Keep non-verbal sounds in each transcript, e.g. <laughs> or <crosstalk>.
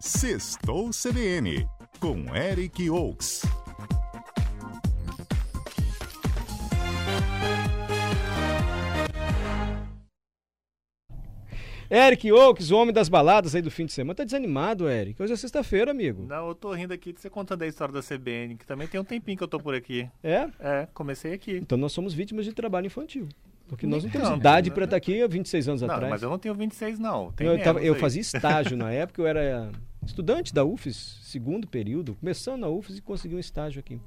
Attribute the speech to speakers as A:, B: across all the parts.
A: Sextou CBN, com Eric Oaks.
B: Eric Oaks, o homem das baladas aí do fim de semana. Tá desanimado, Eric? Hoje é sexta-feira, amigo.
C: Não, eu tô rindo aqui de você contando a história da CBN, que também tem um tempinho que eu tô por aqui.
B: É?
C: É, comecei aqui.
B: Então nós somos vítimas de trabalho infantil. Porque nós não
C: Não,
B: temos idade
C: não,
B: pra estar aqui há 26 anos
C: Então, né? Não,
B: atrás.
C: mas eu não tenho 26, não. Tem
B: Eu,
C: menos
B: tava- eu
C: aí. <laughs>
B: fazia estágio na época, eu era estudante da UFES, segundo período, começando na UFES e consegui um estágio aqui.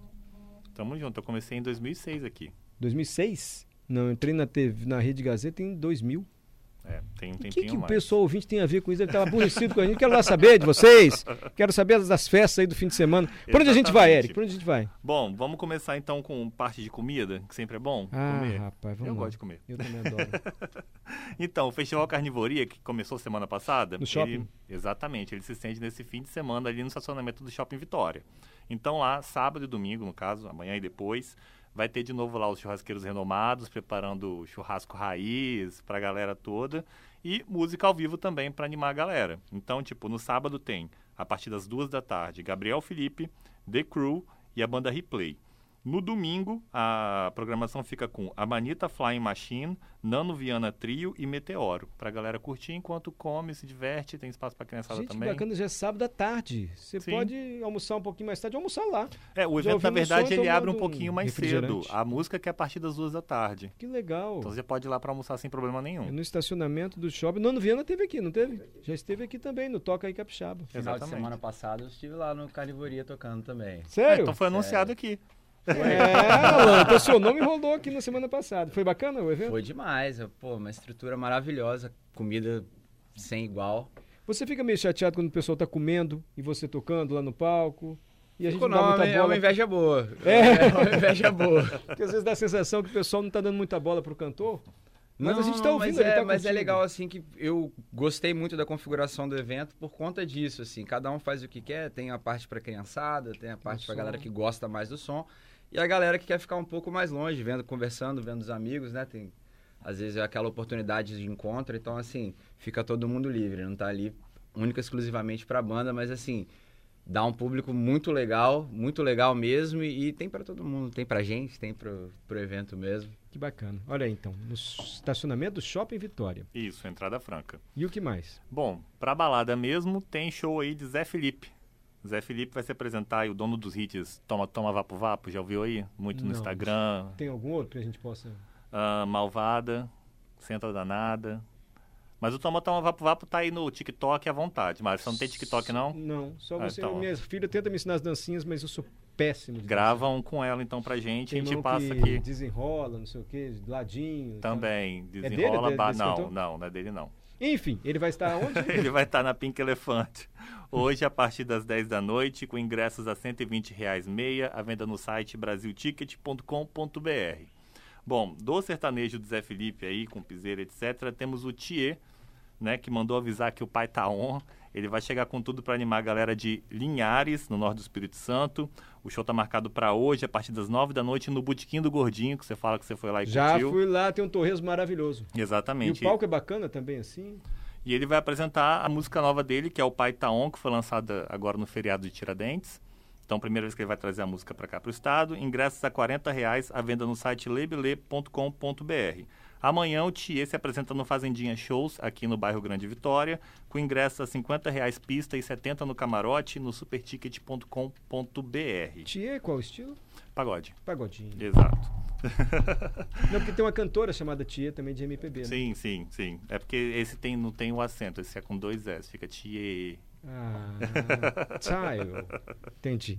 C: Tamo junto, eu comecei em 2006 aqui.
B: 2006? Não, eu entrei na, TV, na Rede Gazeta em 2000.
C: É, tem um
B: O
C: tempinho
B: que, que o
C: mais.
B: pessoal ouvinte tem a ver com isso? Ele estava aborrecido com a gente. Quero lá saber de
C: <laughs>
B: vocês. Quero saber das festas aí do fim de semana. Por onde a gente vai,
C: Exatamente.
B: Eric? Por onde a gente vai?
C: Bom, vamos começar então com parte de comida, que sempre é bom.
B: Ah,
C: comer.
B: rapaz, vamos
C: Eu
B: lá.
C: gosto de comer.
B: Eu também
D: <laughs>
B: adoro.
C: <laughs> Então, o Festival Carnivoria, que começou semana passada.
B: No shopping?
C: ele- exatamente, ele se estende nesse fim de semana ali no estacionamento do Shopping Vitória. Então, lá, sábado e domingo, no caso, amanhã e depois, vai ter de novo lá os churrasqueiros renomados, preparando churrasco raiz pra galera toda. E música ao vivo também pra animar a galera. Então, tipo, no sábado tem, a partir das duas da tarde, Gabriel Felipe, The Crew e a banda Replay. No domingo, a programação fica com Amanita Flying Machine, Nano Viana Trio e Meteoro. Pra galera curtir enquanto come, se diverte, tem espaço pra criançada
B: gente, que
C: também.
B: bacana, já é sábado à tarde. Você
C: Sim.
B: pode almoçar um pouquinho mais tarde, almoçar lá.
C: É, o
B: Já ouvindo som,
C: evento, na
B: então,
C: verdade, ele
B: tomando
C: abre um pouquinho mais cedo.
B: refrigerante.
C: A música que é a partir das duas da tarde.
B: Que legal.
C: Então você pode ir lá pra almoçar sem problema
B: É
C: nenhum.
B: no estacionamento do shopping. Nando Viana teve aqui, não teve? Já esteve aqui também, no Toca aí Capixaba.
D: Final de
C: Exatamente.
D: semana passada eu estive lá no Carnivoria tocando também.
C: Ah,
B: Sério?
C: então foi anunciado aqui.
B: É, Alan, então seu nome rolou aqui na semana passada. Foi bacana o evento?
D: Foi demais, eu- pô, uma estrutura maravilhosa, comida sem igual.
B: Você fica meio chateado quando o pessoal tá comendo e você tocando lá no palco. E a gente
D: Ficou
B: não dá
D: nome,
B: muita
D: é
B: bola.
D: uma inveja boa.
B: É.
D: uma inveja boa.
B: Porque às vezes dá a sensação que o pessoal não tá dando muita bola pro cantor. Mas a gente tá
D: Não,
B: ouvindo,
D: mas
B: ele
D: é,
B: tá
D: mas é
B: curtindo.
D: legal assim que eu gostei muito da configuração do evento por conta disso assim. Cada um faz o que quer, tem a parte pra criançada, tem a parte pra
B: som.
D: galera que gosta mais do som e a galera que quer ficar um pouco mais longe, vendo, conversando, vendo os amigos, né? Tem às vezes é aquela oportunidade de encontro, então assim, fica todo mundo livre, não tá ali única e exclusivamente pra banda, mas assim, dá um público muito legal, muito legal mesmo e, e tem pra todo mundo, tem pra gente, tem pro, pro evento mesmo.
B: Que bacana. Olha aí, então, no estacionamento do Shopping Vitória.
C: Isso, entrada franca.
B: E o que mais?
C: Bom, pra balada mesmo, tem show aí de Zé Felipe. Zé Felipe vai se apresentar aí, o dono dos hits Toma Toma Vapo Vapo, já ouviu aí? Muito no
B: Não.
C: Instagram.
B: Tem algum outro que a gente possa...
C: Ah, Malvada, Senta Danada. Mas o Toma Toma Vapo Vapo tá aí no TikTok à vontade, mas você não tem TikTok não?
B: Não, só
C: Ah,
B: você.
C: então.
B: Minha filha tenta me ensinar as dancinhas, mas eu sou péssimo. de
C: Grava um com ela então pra gente,
B: Tem
C: a gente
B: mão
C: passa
B: que
C: aqui.
B: Desenrola, não sei o que, ladinho.
C: Também,
B: É dele,
C: desenrola
B: dele,
C: ba-
B: desse
C: Não,
B: cantor?
C: não, não é dele não.
B: tal. Enfim, ele vai estar
C: <laughs>
B: onde?
C: Ele vai estar na Pink Elefante. Hoje, a partir das 10 da noite, com ingressos a R$ 120 reais meia, à venda no site brasilticket.com.br. Bom, do sertanejo do Zé Felipe aí, com piseira, etc., temos o Thier, né, que mandou avisar que o pai tá on. Ele vai chegar com tudo para animar a galera de Linhares, no norte do Espírito Santo. O show tá marcado para hoje, a partir das 9 da noite, no Botequim do Gordinho, que você fala que você foi lá e
B: Já
C: curtiu.
B: fui lá, tem um torresmo maravilhoso. E o
C: Exatamente.
B: palco é bacana também, assim.
C: E ele vai apresentar a música nova dele, que é o Pai Taon, que foi lançada agora no feriado de Tiradentes. Então, primeira vez que ele vai trazer a música para cá para o estado. Ingressos a R$ 40 reais, à venda no site lebele.com.br. Amanhã o Thier se apresenta no Fazendinha Shows, aqui no bairro Grande Vitória, com ingressos a R$ 50 reais pista e R$ 70 no camarote no superticket.com.br.
B: Thier, qual o estilo?
C: Pagode.
B: Pagodinho.
C: Exato.
B: Não, porque tem uma cantora chamada Thier também de MPB, né?
C: Sim, sim, sim. É porque esse tem, não tem o acento, esse é com dois S, fica Thier. <laughs>
B: Ah, Child. Entendi.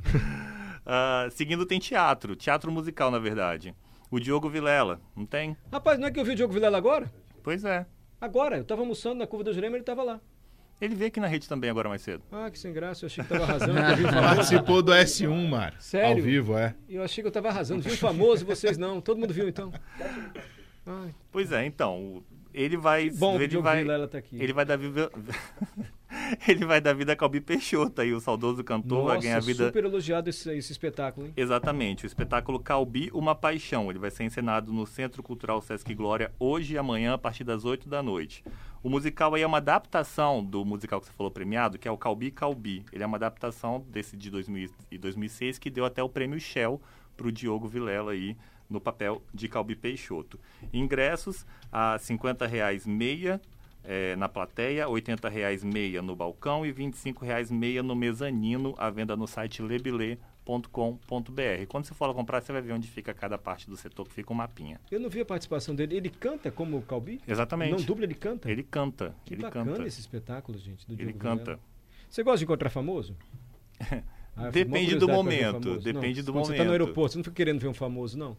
C: Ah, seguindo tem teatro, teatro musical, na verdade. O Diogo Vilela, não tem?
B: Rapaz, não é que eu vi o Diogo Vilela agora?
C: Pois é.
B: Agora, eu tava almoçando na curva do Jurema, ele tava lá.
C: Ele veio aqui na rede também agora mais cedo.
B: Ah, que sem graça, eu achei que tava arrasando. que eu vi o famoso.
E: Participou do S1, Mar.
B: Sério?
E: Ao vivo, é.
B: Eu achei que eu tava arrasando. Viu o famoso, vocês não. Todo mundo viu, então. Ai,
C: Pois é, então, o- ele vai
B: bom que o
C: ele
B: Diogo
C: vai
B: Vilela tá aqui.
C: ele vai dar vive- <laughs> ele vai dar vida a Calbi Peixoto aí, o saudoso cantor, vai
B: Nossa,
C: ganhar vida.
B: super elogiado esse, esse espetáculo, hein?
C: Exatamente, o espetáculo Calbi Uma Paixão. Ele vai ser encenado no Centro Cultural Sesc Glória hoje e amanhã, a partir das 8 da noite. O musical aí é uma adaptação do musical que você falou premiado, que é o Calbi Calbi. Ele é uma adaptação desse de 2000 e 2006 que deu até o prêmio Shell para o Diogo Vilela aí no papel de Calbi Peixoto. Ingressos a R$ 50 reais meia eh, na plateia, R$ 80 reais meia no balcão e R$ 25 reais meia no mezanino, à venda no site lebilê.com.br. Quando você for lá comprar, você vai ver onde fica cada parte do setor, que fica um mapinha.
B: Eu não vi a participação dele. Ele canta como o Calbi?
C: Exatamente.
B: Não dubla, ele canta?
C: Ele canta,
B: que
C: ele
B: bacana
C: canta.
B: esse espetáculo, gente. Do
C: Ele
B: Diogo
C: canta.
B: Vilela. Você gosta de encontrar
C: <laughs>
B: famoso? Ah, eu fico com uma
C: Depende
B: curiosidade
C: do
B: pra ver
C: momento,
B: famoso.
C: depende
B: Não,
C: do
B: quando Você tá no
C: momento.
B: aeroporto, você não fica querendo ver um famoso, não?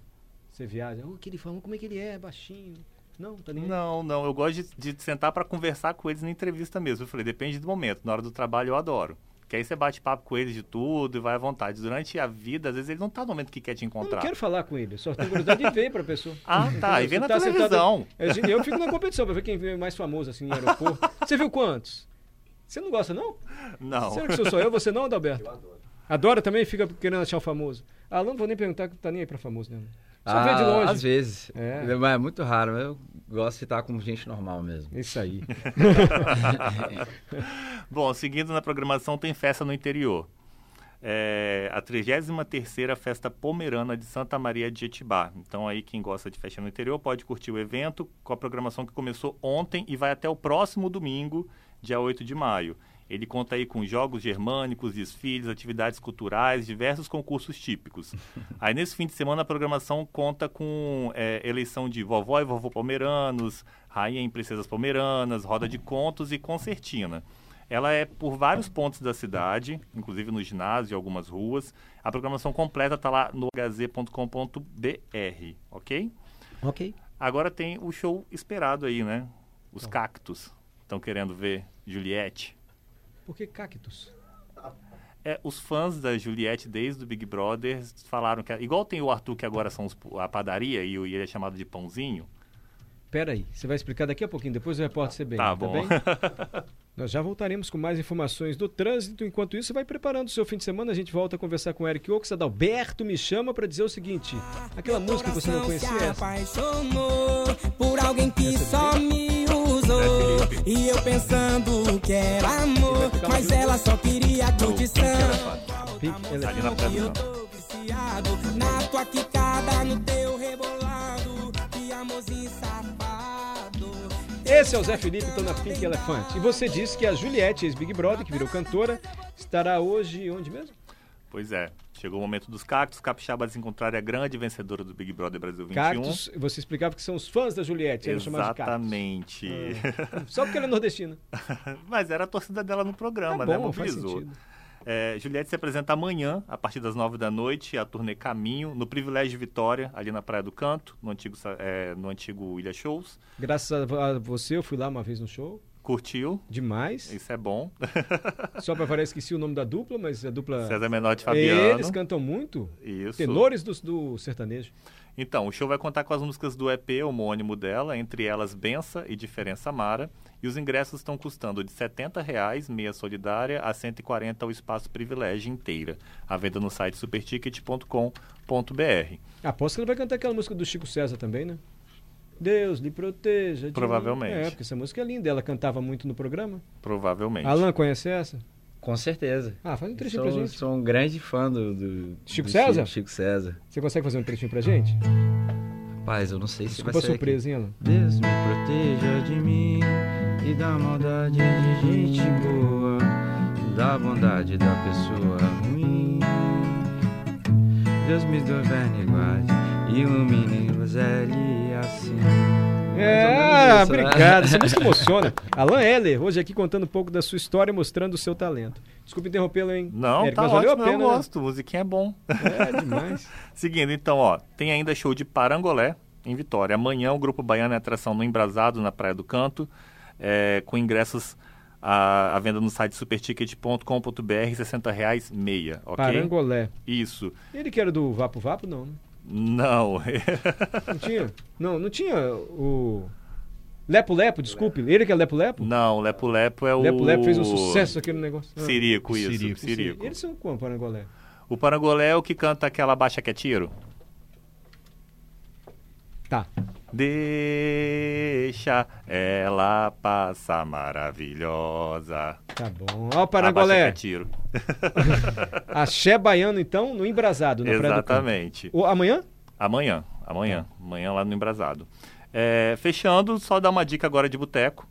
B: Você viaja, oh, aquele famoso, como é que ele é? Baixinho. Não, tá nem. aí.
C: Não, não, eu gosto de, de sentar para conversar com eles na entrevista mesmo. Eu falei, depende do momento, na hora do trabalho eu adoro. Que aí você bate papo com eles de tudo e vai à vontade. Durante a vida, às vezes ele não tá no momento que quer te
B: Eu não
C: encontrar.
B: quero falar com ele, eu só tenho curiosidade de ver pra pessoa.
C: <laughs> Ah, tá, e vê
B: Você
C: na
B: tá sentado-
C: televisão.
B: É, gente, Eu fico na competição pra ver quem é mais famoso assim no aeroporto. Você viu quantos? Você não gosta, não?
C: Não.
B: Será que sou só eu? Você não, Adalberto? Eu adoro. Adora também? Fica querendo achar o famoso. Ah, não vou nem perguntar, que tá nem aí pra famoso, né? Só
C: Ah,
B: vê de longe.
D: Ah, Às vezes.
B: É.
D: É. Mas é muito raro. mas Eu gosto de estar com gente normal mesmo.
B: Isso aí.
C: <laughs> Bom, seguindo na programação, tem festa no interior. É a 33ª Festa Pomerana de Santa Maria de Jetibá. Então aí quem gosta de festa no interior pode curtir o evento com a programação que começou ontem e vai até o próximo domingo, dia 8 de maio. Ele conta aí com jogos germânicos, desfiles, atividades culturais, diversos concursos típicos. Aí nesse fim de semana a programação conta com é, eleição de vovó e vovô pomeranos, rainha e princesas pomeranas, roda de contos e concertina. Ela é por vários pontos da cidade, inclusive no ginásio e algumas ruas. A programação completa está lá no hz.com.br, ok?
B: ok.
C: Agora tem o show esperado aí, né? Os
B: Tá.
C: cactos. Estão querendo ver Juliette.
B: Por que cactus?
C: É, os fãs da Juliette desde o Big Brother falaram que... é, Igual tem o Arthur, que agora são os- a padaria e o- e ele é chamado de pãozinho.
B: Pera aí, você vai explicar daqui a pouquinho, depois o repórter CBN,
C: Tá
B: tá,
C: bom. <laughs>
B: bem? Nós já voltaremos com mais informações do trânsito. Enquanto isso, você vai preparando o seu fim de semana. A gente volta a conversar com o Eric Ox. Adalberto me chama pra dizer o seguinte: aquela música que você não
E: Coração se
B: conhecia. é essa?
E: apaixonou por alguém que só me usou. E eu pensando que era amor,
B: ficar
E: mas
B: maluco.
E: ela só queria curtição.
B: Pink Elephant.
C: Ali na praia,
E: E eu
C: não.
E: tô viciado na tua quicada, no teu rebolado. Que amorzinho safado.
B: Esse é o Zé Felipe, tô na Pink Elefante. E você disse que a Juliette, ex-Big Brother, que virou cantora, estará hoje onde mesmo?
C: Pois é. Chegou o momento dos cactos. Capixabas encontraram a grande vencedora do Big Brother Brasil 21.
B: Cactus, você explicava que são os fãs da Juliette, eles chamavam de cactus.
C: Exatamente. <laughs>
B: Só porque ela é nordestina.
C: Mas era a torcida dela no programa,
B: Tá
C: né?
B: bom, faz
C: Mobilizou.
B: sentido.
C: É, Juliette se apresenta amanhã, a partir das nove da noite, a turnê Caminho, no Privilégio Vitória, ali na Praia do Canto, no antigo, sa- é, no antigo Ilha Shows.
B: Graças a a você, eu fui lá uma vez no show.
C: Curtiu?
B: Demais.
C: Isso é bom.
B: Só pra variar, esqueci o nome da dupla, mas a dupla.
C: <laughs>
B: É,
C: César Menotti e Fabiano.
B: Eles cantam muito.
C: Isso.
B: Tenores do, do sertanejo.
C: Então, o show vai contar com as músicas do EP homônimo dela, entre elas Bença e Diferença Mara, e os ingressos estão custando de R$ 70 reais, meia solidária, a R$ 140 o espaço privilégio inteira. A venda no site superticket.com.br.
B: Aposto que ele vai cantar aquela música do Chico César também, né? Deus lhe proteja. de
C: Provavelmente.
B: mim. É, porque essa música é linda. Ela cantava muito no programa.
C: Provavelmente.
B: Alan conhece essa?
D: Com certeza.
B: Ah, faz um trechinho
D: Sou,
B: pra gente.
D: sou um grande fã do, do-
B: Chico
D: do
B: César?
D: Chico, Chico César.
B: Você consegue fazer um trechinho pra gente?
D: Rapaz, eu não sei se
B: Desculpa a
D: vai ser. aqui.
B: surpresa, hein, Alan?
D: Deus me proteja de mim e da maldade de gente boa, da bondade da pessoa ruim. Deus me governe e guarde, ilumine e zele assim.
B: É,
D: Mais ou menos isso, né?
B: obrigado. Essa
D: <laughs>
B: música emociona. Alan Heller, hoje aqui contando um pouco da sua história, e mostrando o seu talento. Desculpa interrompê-lo, hein?
C: Não,
B: Eric,
C: tá
B: é, mas valeu
C: ótimo,
B: a pena,
C: eu gosto. Musiquinha é bom.
B: Né? É demais.
C: Seguindo, então, ó, tem ainda show de Parangolé em Vitória. Amanhã o Grupo Baiano é atração no Embrasado, na Praia do Canto, é, com ingressos à, à venda no site superticket.com.br, R$ 60 reais meia, ok?
B: Parangolé.
C: Isso.
B: Ele que era do Vapo Vapo, não, né?
C: Não. <laughs>
B: Não tinha? Não, não tinha o Lepo Lepo, desculpe. Ele que é Lepo Lepo?
C: Não, o Lepo Lepo é o.
B: Lepo Lepo fez um sucesso aqui no negócio. Ah,
C: Sirico, isso.
F: Sirico.
C: Sirico.
B: Eles são como, Parangolé?
C: O Parangolé é o que canta aquela baixa que é tiro?
B: Tá.
C: Deixa ela passar maravilhosa.
B: Tá bom. Ó, o
C: A baixa que
B: Parangolé.
C: é tiro.
B: <laughs>
C: <laughs>
B: Axé baiano, então, no embrasado, na Praia do Campo.
C: Exatamente.
B: O- amanhã?
C: Amanhã, amanhã, amanhã lá no Embrasado. É, fechando, só dar uma dica agora de boteco,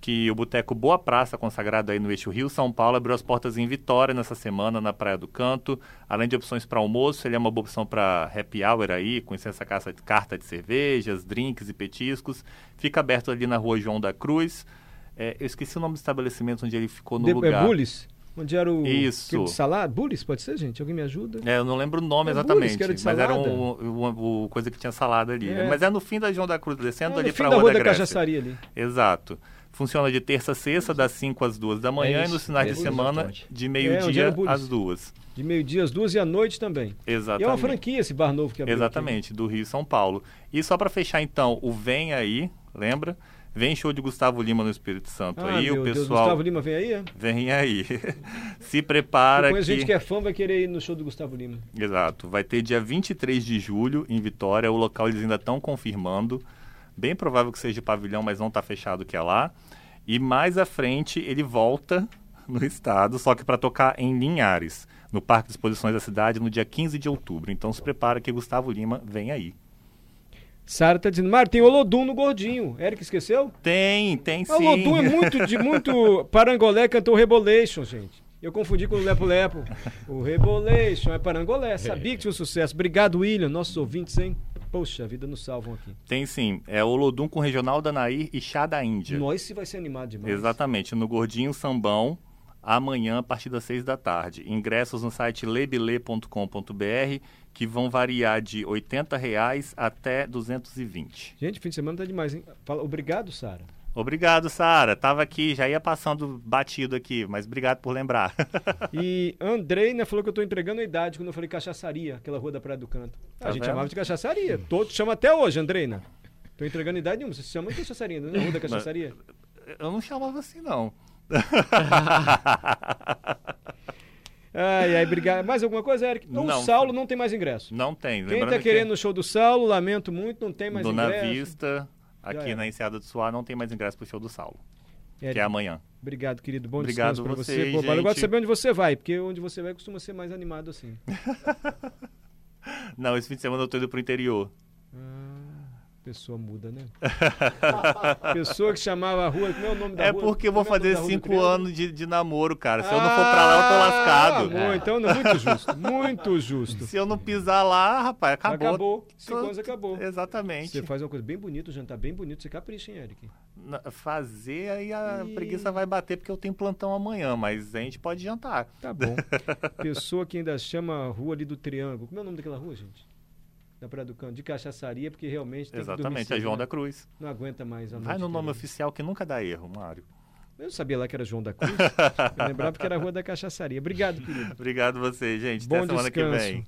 C: que o Boteco Boa Praça, consagrado aí no eixo Rio-São Paulo, abriu as portas em Vitória nessa semana, na Praia do Canto. Além de opções para almoço, ele é uma boa opção para happy hour aí, conhecer essa caça- carta de cervejas, drinks e petiscos. Fica aberto ali na rua João da Cruz. É, eu esqueci o nome do estabelecimento onde ele ficou no
B: De-
C: lugar.
B: É Bulis? Onde era o
C: Isso.
B: aquele de salada? Bulis, pode ser, gente? Alguém me ajuda?
C: É, eu não lembro o nome
B: É
C: exatamente,
B: Bulis, que era de
C: mas era
B: salada.
C: um- uma, uma coisa que tinha salada ali.
B: É.
C: Mas é no fim da João da Cruz, descendo
B: É,
C: ali
B: no fim
C: pra
B: da Rua da,
C: Grécia.
B: Cachaçaria ali.
C: Exato. Funciona de terça a sexta, das 5 às 2 da manhã,
D: É
C: e
D: isso,
C: nos finais de
D: Bulis,
C: semana,
D: exatamente.
C: de
B: É, onde era
C: meio-dia
B: Bulis.
C: às duas.
B: De meio-dia às duas e à noite também.
C: Exatamente.
B: E é uma franquia né? esse bar novo que abriu.
C: Exatamente, do Rio e São Paulo. E só para fechar então, o Vem Aí, lembra? Vem show de Gustavo Lima no Espírito Santo
B: Aqui. Ah,
C: aí,
B: meu
C: o
B: Deus,
C: pessoal
B: Gustavo Lima vem aí? é?
C: vem aí. <laughs> Se
B: Eu
C: prepara
B: conheço
C: que...
B: gente que é fã vai querer ir no show do Gustavo Lima.
C: Exato. Vai ter dia 23 de julho em Vitória. O local eles ainda estão confirmando. Bem provável que seja o pavilhão, mas não está fechado que é lá. E mais à frente ele volta no estado, só que para tocar em Linhares, no Parque de Exposições da cidade, no dia 15 de outubro. Então se prepara que Gustavo Lima vem aí.
B: Sara tá dizendo, Mário, tem Olodum no Gordinho. Eric esqueceu?
C: Tem, tem sim.
B: Ah, O Olodum é muito, de muito... Parangolé cantou Rebolation, gente. Eu confundi com o Lepo Lepo. O Rebolation é Parangolé. Sabia que tinha um sucesso. Obrigado, William. Nossos ouvintes, hein? Poxa, a vida nos salvam aqui.
C: Tem sim. É Olodum com Regional Danaí e Chá da Índia.
B: Nós se vai ser animado demais.
C: Exatamente, no Gordinho Sambão, amanhã a partir das 6 da tarde. Ingressos no site lebele.com.br, que vão variar de R$ 80 reais até 220.
B: Gente, fim de semana tá demais, hein? Fala, obrigado, Sara.
C: Obrigado, Sara. Tava aqui, já ia passando batido aqui, mas obrigado por lembrar. <laughs>
B: E Andreina falou que eu tô entregando a idade quando eu falei cachaçaria, aquela rua da Praia do Canto. a
C: Tá
B: gente
C: vendo?
B: chamava de cachaçaria. Todo chama até hoje, Andreina. Tô entregando a idade nenhuma. Você se chama de cachaçaria, não é
C: <laughs>
B: rua da cachaçaria?
C: Eu não chamava assim, não. <laughs>
B: Ai, ai, obrigado. Mais alguma coisa, Eric? Então,
C: Não.
B: O Saulo não tem mais ingresso.
C: Não tem.
B: Quem
C: Lembrando
B: tá querendo o show do Saulo, lamento muito, não tem
C: que
B: mais
C: do Na
B: ingresso.
C: Vista,
B: Já
C: aqui
B: era.
C: na Enseada do Suá, não tem mais ingresso pro show do Saulo, que
B: Eric,
C: é amanhã.
B: Obrigado, querido. Bom
C: Obrigado
B: descanso pra você.
C: vocês,
B: Pô, Paulo, eu gosto de
C: gente.
B: saber onde você vai, porque onde você vai costuma ser mais animado assim.
C: Não, esse fim de semana eu tô indo pro interior.
B: Pessoa muda,
C: <laughs>
B: né? Pessoa que chamava a rua. Como é o nome da
C: É
B: rua?
C: porque eu vou
B: Como é o nome
C: fazer
B: da rua do
C: cinco
B: criador?
C: anos de, de namoro, cara. Se eu não for pra lá, eu tô
B: Ah,
C: lascado. É.
B: Amor, então não, muito justo. Muito justo.
C: Se eu não pisar lá, rapaz, acabou.
B: Acabou. Cinco
C: Tô-
B: anos acabou.
C: Exatamente.
B: Você faz uma coisa bem bonita, um jantar bem bonito. Você capricha, hein, Eric?
C: Na- Fazer, aí a
B: Ih.
C: preguiça vai bater porque eu tenho plantão amanhã, mas a gente pode jantar.
B: Tá
C: <laughs>
B: bom. Pessoa que ainda chama a rua ali do Triângulo. Como é o nome daquela rua, gente? Da Praia do Canto. De cachaçaria, porque realmente tem que dormir
C: Exatamente,
B: cedo,
C: a João
B: né?
C: da Cruz.
B: Não aguenta mais a noite.
C: Vai no nome
B: toda.
C: oficial que nunca dá erro, Mário.
B: Eu não sabia lá que era João da Cruz. Eu lembrava que era a rua da cachaçaria. Obrigado, querido.
C: Obrigado vocês, gente.
B: Bom
C: Até semana que
B: descanso.
C: vem.